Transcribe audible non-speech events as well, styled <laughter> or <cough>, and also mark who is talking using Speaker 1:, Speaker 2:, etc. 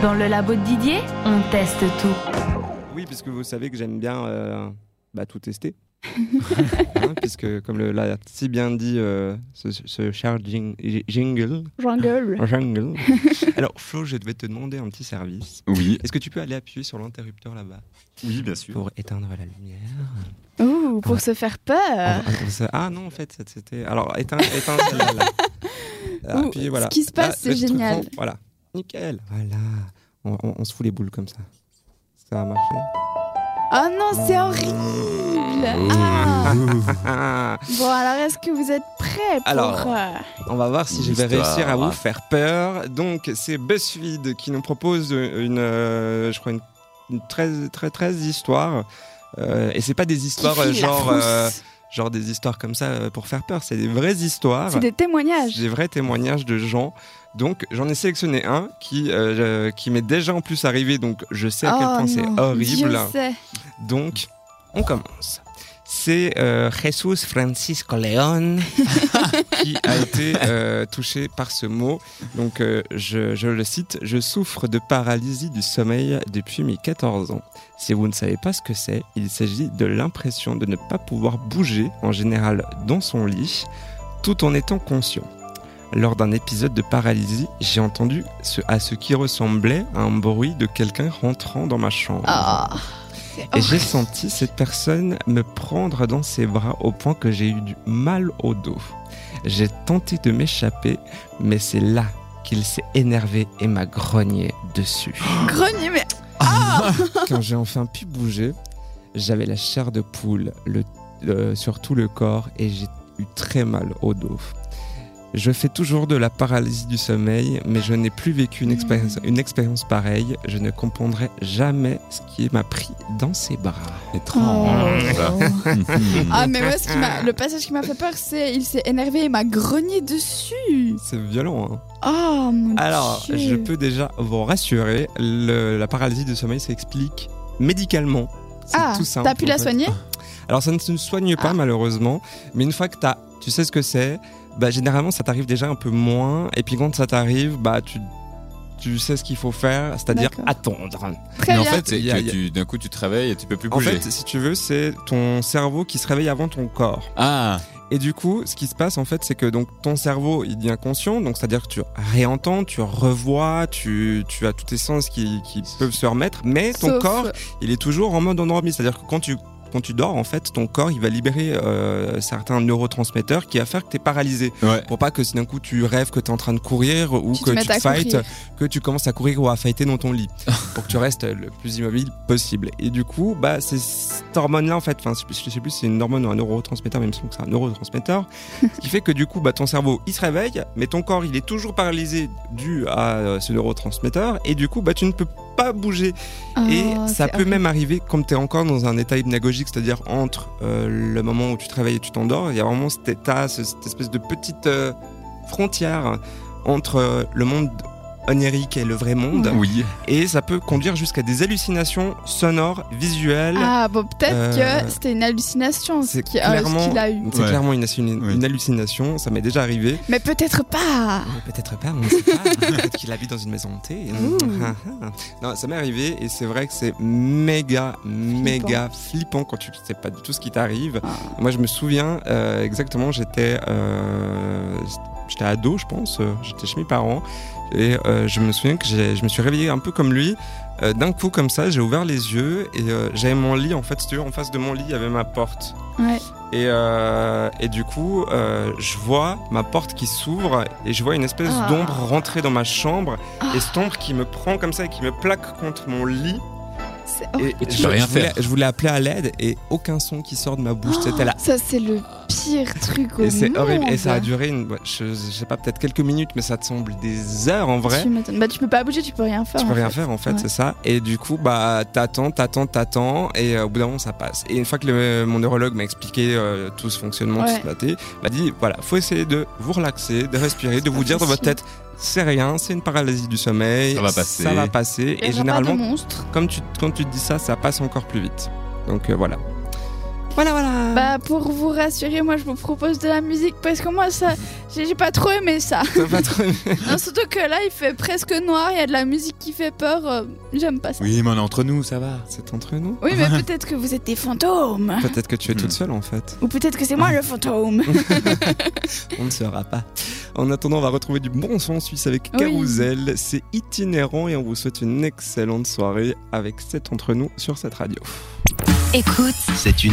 Speaker 1: Dans le labo de Didier, on teste tout.
Speaker 2: Oui, puisque vous savez que j'aime bien euh, bah, tout
Speaker 3: <laughs>
Speaker 2: tester. Hein, puisque, comme le- l'a si bien dit euh, ce, ce cher jing- jingle,
Speaker 3: Jungle. <laughs>
Speaker 2: jingle. Alors, Flo, je devais te demander un petit service.
Speaker 4: Oui,
Speaker 2: Est-ce que tu peux aller appuyer sur l'interrupteur là-bas
Speaker 4: oui, bien sûr.
Speaker 2: pour éteindre la lumière
Speaker 3: Ouh, pour se faire peur.
Speaker 2: Ah, ça- Ah non, en fait, ça, c'était. Alors, éteins, éteins celle-là. là. Ah,
Speaker 3: <laughs> Ouh,
Speaker 2: puis voilà.
Speaker 3: ce qui se passe,
Speaker 2: le
Speaker 3: c'est
Speaker 2: truc
Speaker 3: génial.
Speaker 2: rond, Voilà. Nickel. Voilà. On, on- on se fout les boules comme ça. Ça a marché.
Speaker 3: Oh non, c'est horrible. Ah.
Speaker 2: Ah,
Speaker 3: Bon, alors est-ce que vous êtes prêts pour...
Speaker 2: Alors.
Speaker 3: euh,
Speaker 2: on va voir si je vais
Speaker 4: L'histoire.
Speaker 2: réussir à vous faire peur. Donc, c'est BuzzFeed qui nous propose une. euh, je crois une, une 13, très, 13 histoires. Euh, et c'est pas des histoires euh,
Speaker 3: kiffer la
Speaker 2: genre.
Speaker 3: France
Speaker 2: euh, genre des histoires comme ça euh, pour faire peur. C'est des vraies histoires.
Speaker 3: C'est des témoignages.
Speaker 2: Des vrais témoignages de gens. Donc j'en ai sélectionné un qui, euh, euh, qui m'est déjà en plus arrivé, donc je sais à quel
Speaker 3: Oh
Speaker 2: point
Speaker 3: non,
Speaker 2: c'est horrible.
Speaker 3: Dieu sait.
Speaker 2: Donc on commence. C'est euh, Jesus Francisco León qui a été euh, touché par ce mot. Donc euh, je, je le cite, je souffre de paralysie du sommeil depuis mes 14 ans. Si vous ne savez pas ce que c'est, il s'agit de l'impression de ne pas pouvoir bouger, en général dans son lit, tout en étant conscient. Lors d'un épisode de paralysie, j'ai entendu ce, à ce qui ressemblait à un bruit de quelqu'un rentrant dans ma chambre.
Speaker 3: Ah, c'est
Speaker 2: Et
Speaker 3: horrible.
Speaker 2: j'ai senti cette personne me prendre dans ses bras au point que j'ai eu du mal au dos. J'ai tenté de m'échapper, mais c'est là qu'il s'est énervé et m'a grogné dessus.
Speaker 3: <gasps> Grenier, mais
Speaker 2: Ah. Quand j'ai enfin pu bouger, j'avais la chair de poule le- le- sur tout le corps et j'ai eu très mal au dos. Je fais toujours de la paralysie du sommeil, mais je n'ai plus vécu une expérience,
Speaker 3: Mmh.
Speaker 2: une expérience pareille. Je ne comprendrai jamais ce qui m'a pris dans ses bras. Oh.
Speaker 4: Étrange. <laughs>
Speaker 3: Ah, mais moi, ce qui m'a- le passage qui m'a fait peur, c'est il s'est énervé et m'a grogné dessus.
Speaker 2: C'est violent, hein
Speaker 3: Oh mon
Speaker 2: Alors,
Speaker 3: dieu.
Speaker 2: je peux déjà vous rassurer, le- la paralysie du sommeil s'explique médicalement. C'est
Speaker 3: Ah,
Speaker 2: tout simple.
Speaker 3: t'as pu
Speaker 2: en
Speaker 3: la
Speaker 2: fait.
Speaker 3: soigner
Speaker 2: Alors, ça ne se soigne pas,
Speaker 3: Ah.
Speaker 2: malheureusement. Mais une fois que t'as, tu sais ce que c'est, bah, généralement, ça t'arrive déjà un peu moins. Et puis, quand ça t'arrive, bah, tu, tu sais ce qu'il faut faire, c'est-à-dire
Speaker 3: D'accord.
Speaker 2: attendre.
Speaker 3: Très
Speaker 4: Mais en
Speaker 3: bien.
Speaker 4: fait, c'est
Speaker 2: Il y a- il y
Speaker 4: que
Speaker 2: a-
Speaker 4: tu- d'un coup, tu travailles et tu peux plus
Speaker 2: En
Speaker 4: bouger.
Speaker 2: fait, si tu veux, c'est ton cerveau qui se réveille avant ton corps.
Speaker 4: ah,
Speaker 2: Et du coup, ce qui se passe en fait, c'est que donc ton cerveau il devient conscient, donc c'est-à-dire que tu réentends, tu revois, tu, tu as tous tes sens qui, qui peuvent se remettre, mais ton
Speaker 3: Sauf-
Speaker 2: corps il est toujours en mode endormi, c'est-à-dire que quand tu quand tu dors, en fait, ton corps, il va libérer euh, certains neurotransmetteurs qui va faire que tu es paralysé.
Speaker 4: ouais.
Speaker 2: Pour pas que si d'un coup tu rêves que tu es en train de courir ou
Speaker 3: Tu te
Speaker 2: que
Speaker 3: mettes
Speaker 2: tu te
Speaker 3: à courir.
Speaker 2: fightes, que tu commences à courir ou à fighter dans
Speaker 3: <laughs>
Speaker 2: ton lit. pour que tu restes le plus immobile possible. Et du coup, bah, c'est cette hormone-là, en fait, enfin, je je sais plus si c'est une hormone ou un neurotransmetteur, mais il me semble que c'est un
Speaker 3: <laughs>
Speaker 2: neurotransmetteur. ce qui fait que du coup, bah, ton cerveau, il se réveille, mais ton corps, il est toujours paralysé dû à euh, ce neurotransmetteur. Et du coup, bah, tu ne peux pas bouger. Et
Speaker 3: Oh,
Speaker 2: ça
Speaker 3: c'est
Speaker 2: peut même arriver, comme tu es encore dans un état hypnagogique, c'est-à-dire entre euh, le moment où tu te réveilles et tu t'endors, il y a vraiment cet état, ce- cette espèce de petite euh, frontière entre euh, le monde onirique et le vrai monde.
Speaker 4: Oui.
Speaker 2: Et ça peut conduire jusqu'à des hallucinations sonores, visuelles.
Speaker 3: Ah, bon, peut-être
Speaker 2: Euh,
Speaker 3: que c'était une hallucination ce
Speaker 2: c'est
Speaker 3: qui- euh, ce
Speaker 2: clairement-
Speaker 3: qu'il a eu.
Speaker 2: C'est
Speaker 4: Ouais.
Speaker 2: clairement une, une-
Speaker 4: Oui.
Speaker 2: une hallucination, ça m'est déjà arrivé.
Speaker 3: Mais peut-être pas.
Speaker 2: Mais Peut-être pas, on ne sait pas.
Speaker 3: <laughs>
Speaker 2: Peut-être qu'il habite dans une maison hantée.
Speaker 3: Ouh.
Speaker 2: Ah, ah. <laughs> non, ça m'est arrivé et c'est vrai que c'est méga, méga flippant quand tu ne sais pas du tout ce qui t'arrive.
Speaker 3: Ah.
Speaker 2: Moi, je me souviens euh, exactement, j'étais euh, j'étais ado, je pense, euh, j'étais chez mes parents et euh, je me souviens que j'ai- je me suis réveillé un peu comme lui. Euh, D'un coup, comme ça, j'ai ouvert les yeux et euh, j'avais mon lit. En fait, si tu veux, en face de mon lit, il y avait ma porte.
Speaker 3: Ouais.
Speaker 2: Et, euh, et du coup, euh, je vois ma porte qui s'ouvre et je vois une espèce
Speaker 3: Ah.
Speaker 2: d'ombre rentrer dans ma chambre.
Speaker 3: Ah.
Speaker 2: Et cette ombre qui me prend comme ça et qui me plaque contre mon lit.
Speaker 3: C'est-
Speaker 2: Et,
Speaker 4: tu
Speaker 2: je,
Speaker 4: peux rien
Speaker 2: je voulais,
Speaker 4: faire.
Speaker 2: je voulais appeler à l'aide et aucun son qui sort de ma bouche. C'était là.
Speaker 3: Oh, Ça, c'est le pire truc au
Speaker 2: Et c'est
Speaker 3: monde.
Speaker 2: horrible. Et ça a duré, une, ouais, je, je sais pas, peut-être quelques minutes, mais ça te semble des heures en vrai.
Speaker 3: Tu m'étonnes. Bah, tu peux pas bouger, tu peux rien faire.
Speaker 2: Tu
Speaker 3: en
Speaker 2: peux rien
Speaker 3: fait.
Speaker 2: faire en fait,
Speaker 3: Ouais.
Speaker 2: c'est ça. Et du coup, bah, t'attends, t'attends, t'attends, et euh, au bout d'un moment, ça passe. Et une fois que le- mon neurologue m'a expliqué euh, tout ce fonctionnement,
Speaker 3: Ouais.
Speaker 2: tout ce maté, m'a dit voilà, faut essayer de vous relaxer, de respirer, de vous
Speaker 3: pas
Speaker 2: dire dans votre
Speaker 3: possible.
Speaker 2: tête, c'est rien, c'est une paralysie du sommeil,
Speaker 4: Ça va passer.
Speaker 2: ça va passer.
Speaker 3: Il y
Speaker 2: Et,
Speaker 3: aura
Speaker 2: généralement,
Speaker 3: Pas de monstre.
Speaker 2: comme tu, quand tu te dis ça, ça passe encore plus vite. Donc euh, voilà. Voilà, voilà.
Speaker 3: <laughs> Bah pour vous rassurer, moi je vous propose de la musique parce que moi ça, j'ai j'ai pas trop
Speaker 2: <laughs>
Speaker 3: aimé ça.
Speaker 2: T'as pas trop aimé
Speaker 3: Non, surtout que là il fait presque noir, il y a de la musique qui fait peur, euh, j'aime pas ça.
Speaker 4: Oui, mais on est entre nous, ça va.
Speaker 2: C'est entre nous
Speaker 3: Oui
Speaker 2: <laughs>
Speaker 3: mais peut-être que vous êtes des fantômes
Speaker 2: Peut-être que tu es
Speaker 4: Hmm.
Speaker 2: toute seule en fait.
Speaker 3: ou peut-être que c'est moi le fantôme.
Speaker 2: On ne saura pas. En attendant, on va retrouver du bon son suisse avec
Speaker 3: Oui.
Speaker 2: Carousel. C'est itinérant et on vous souhaite une excellente soirée avec cet entre nous sur cette radio.
Speaker 1: Écoute.
Speaker 5: C'est une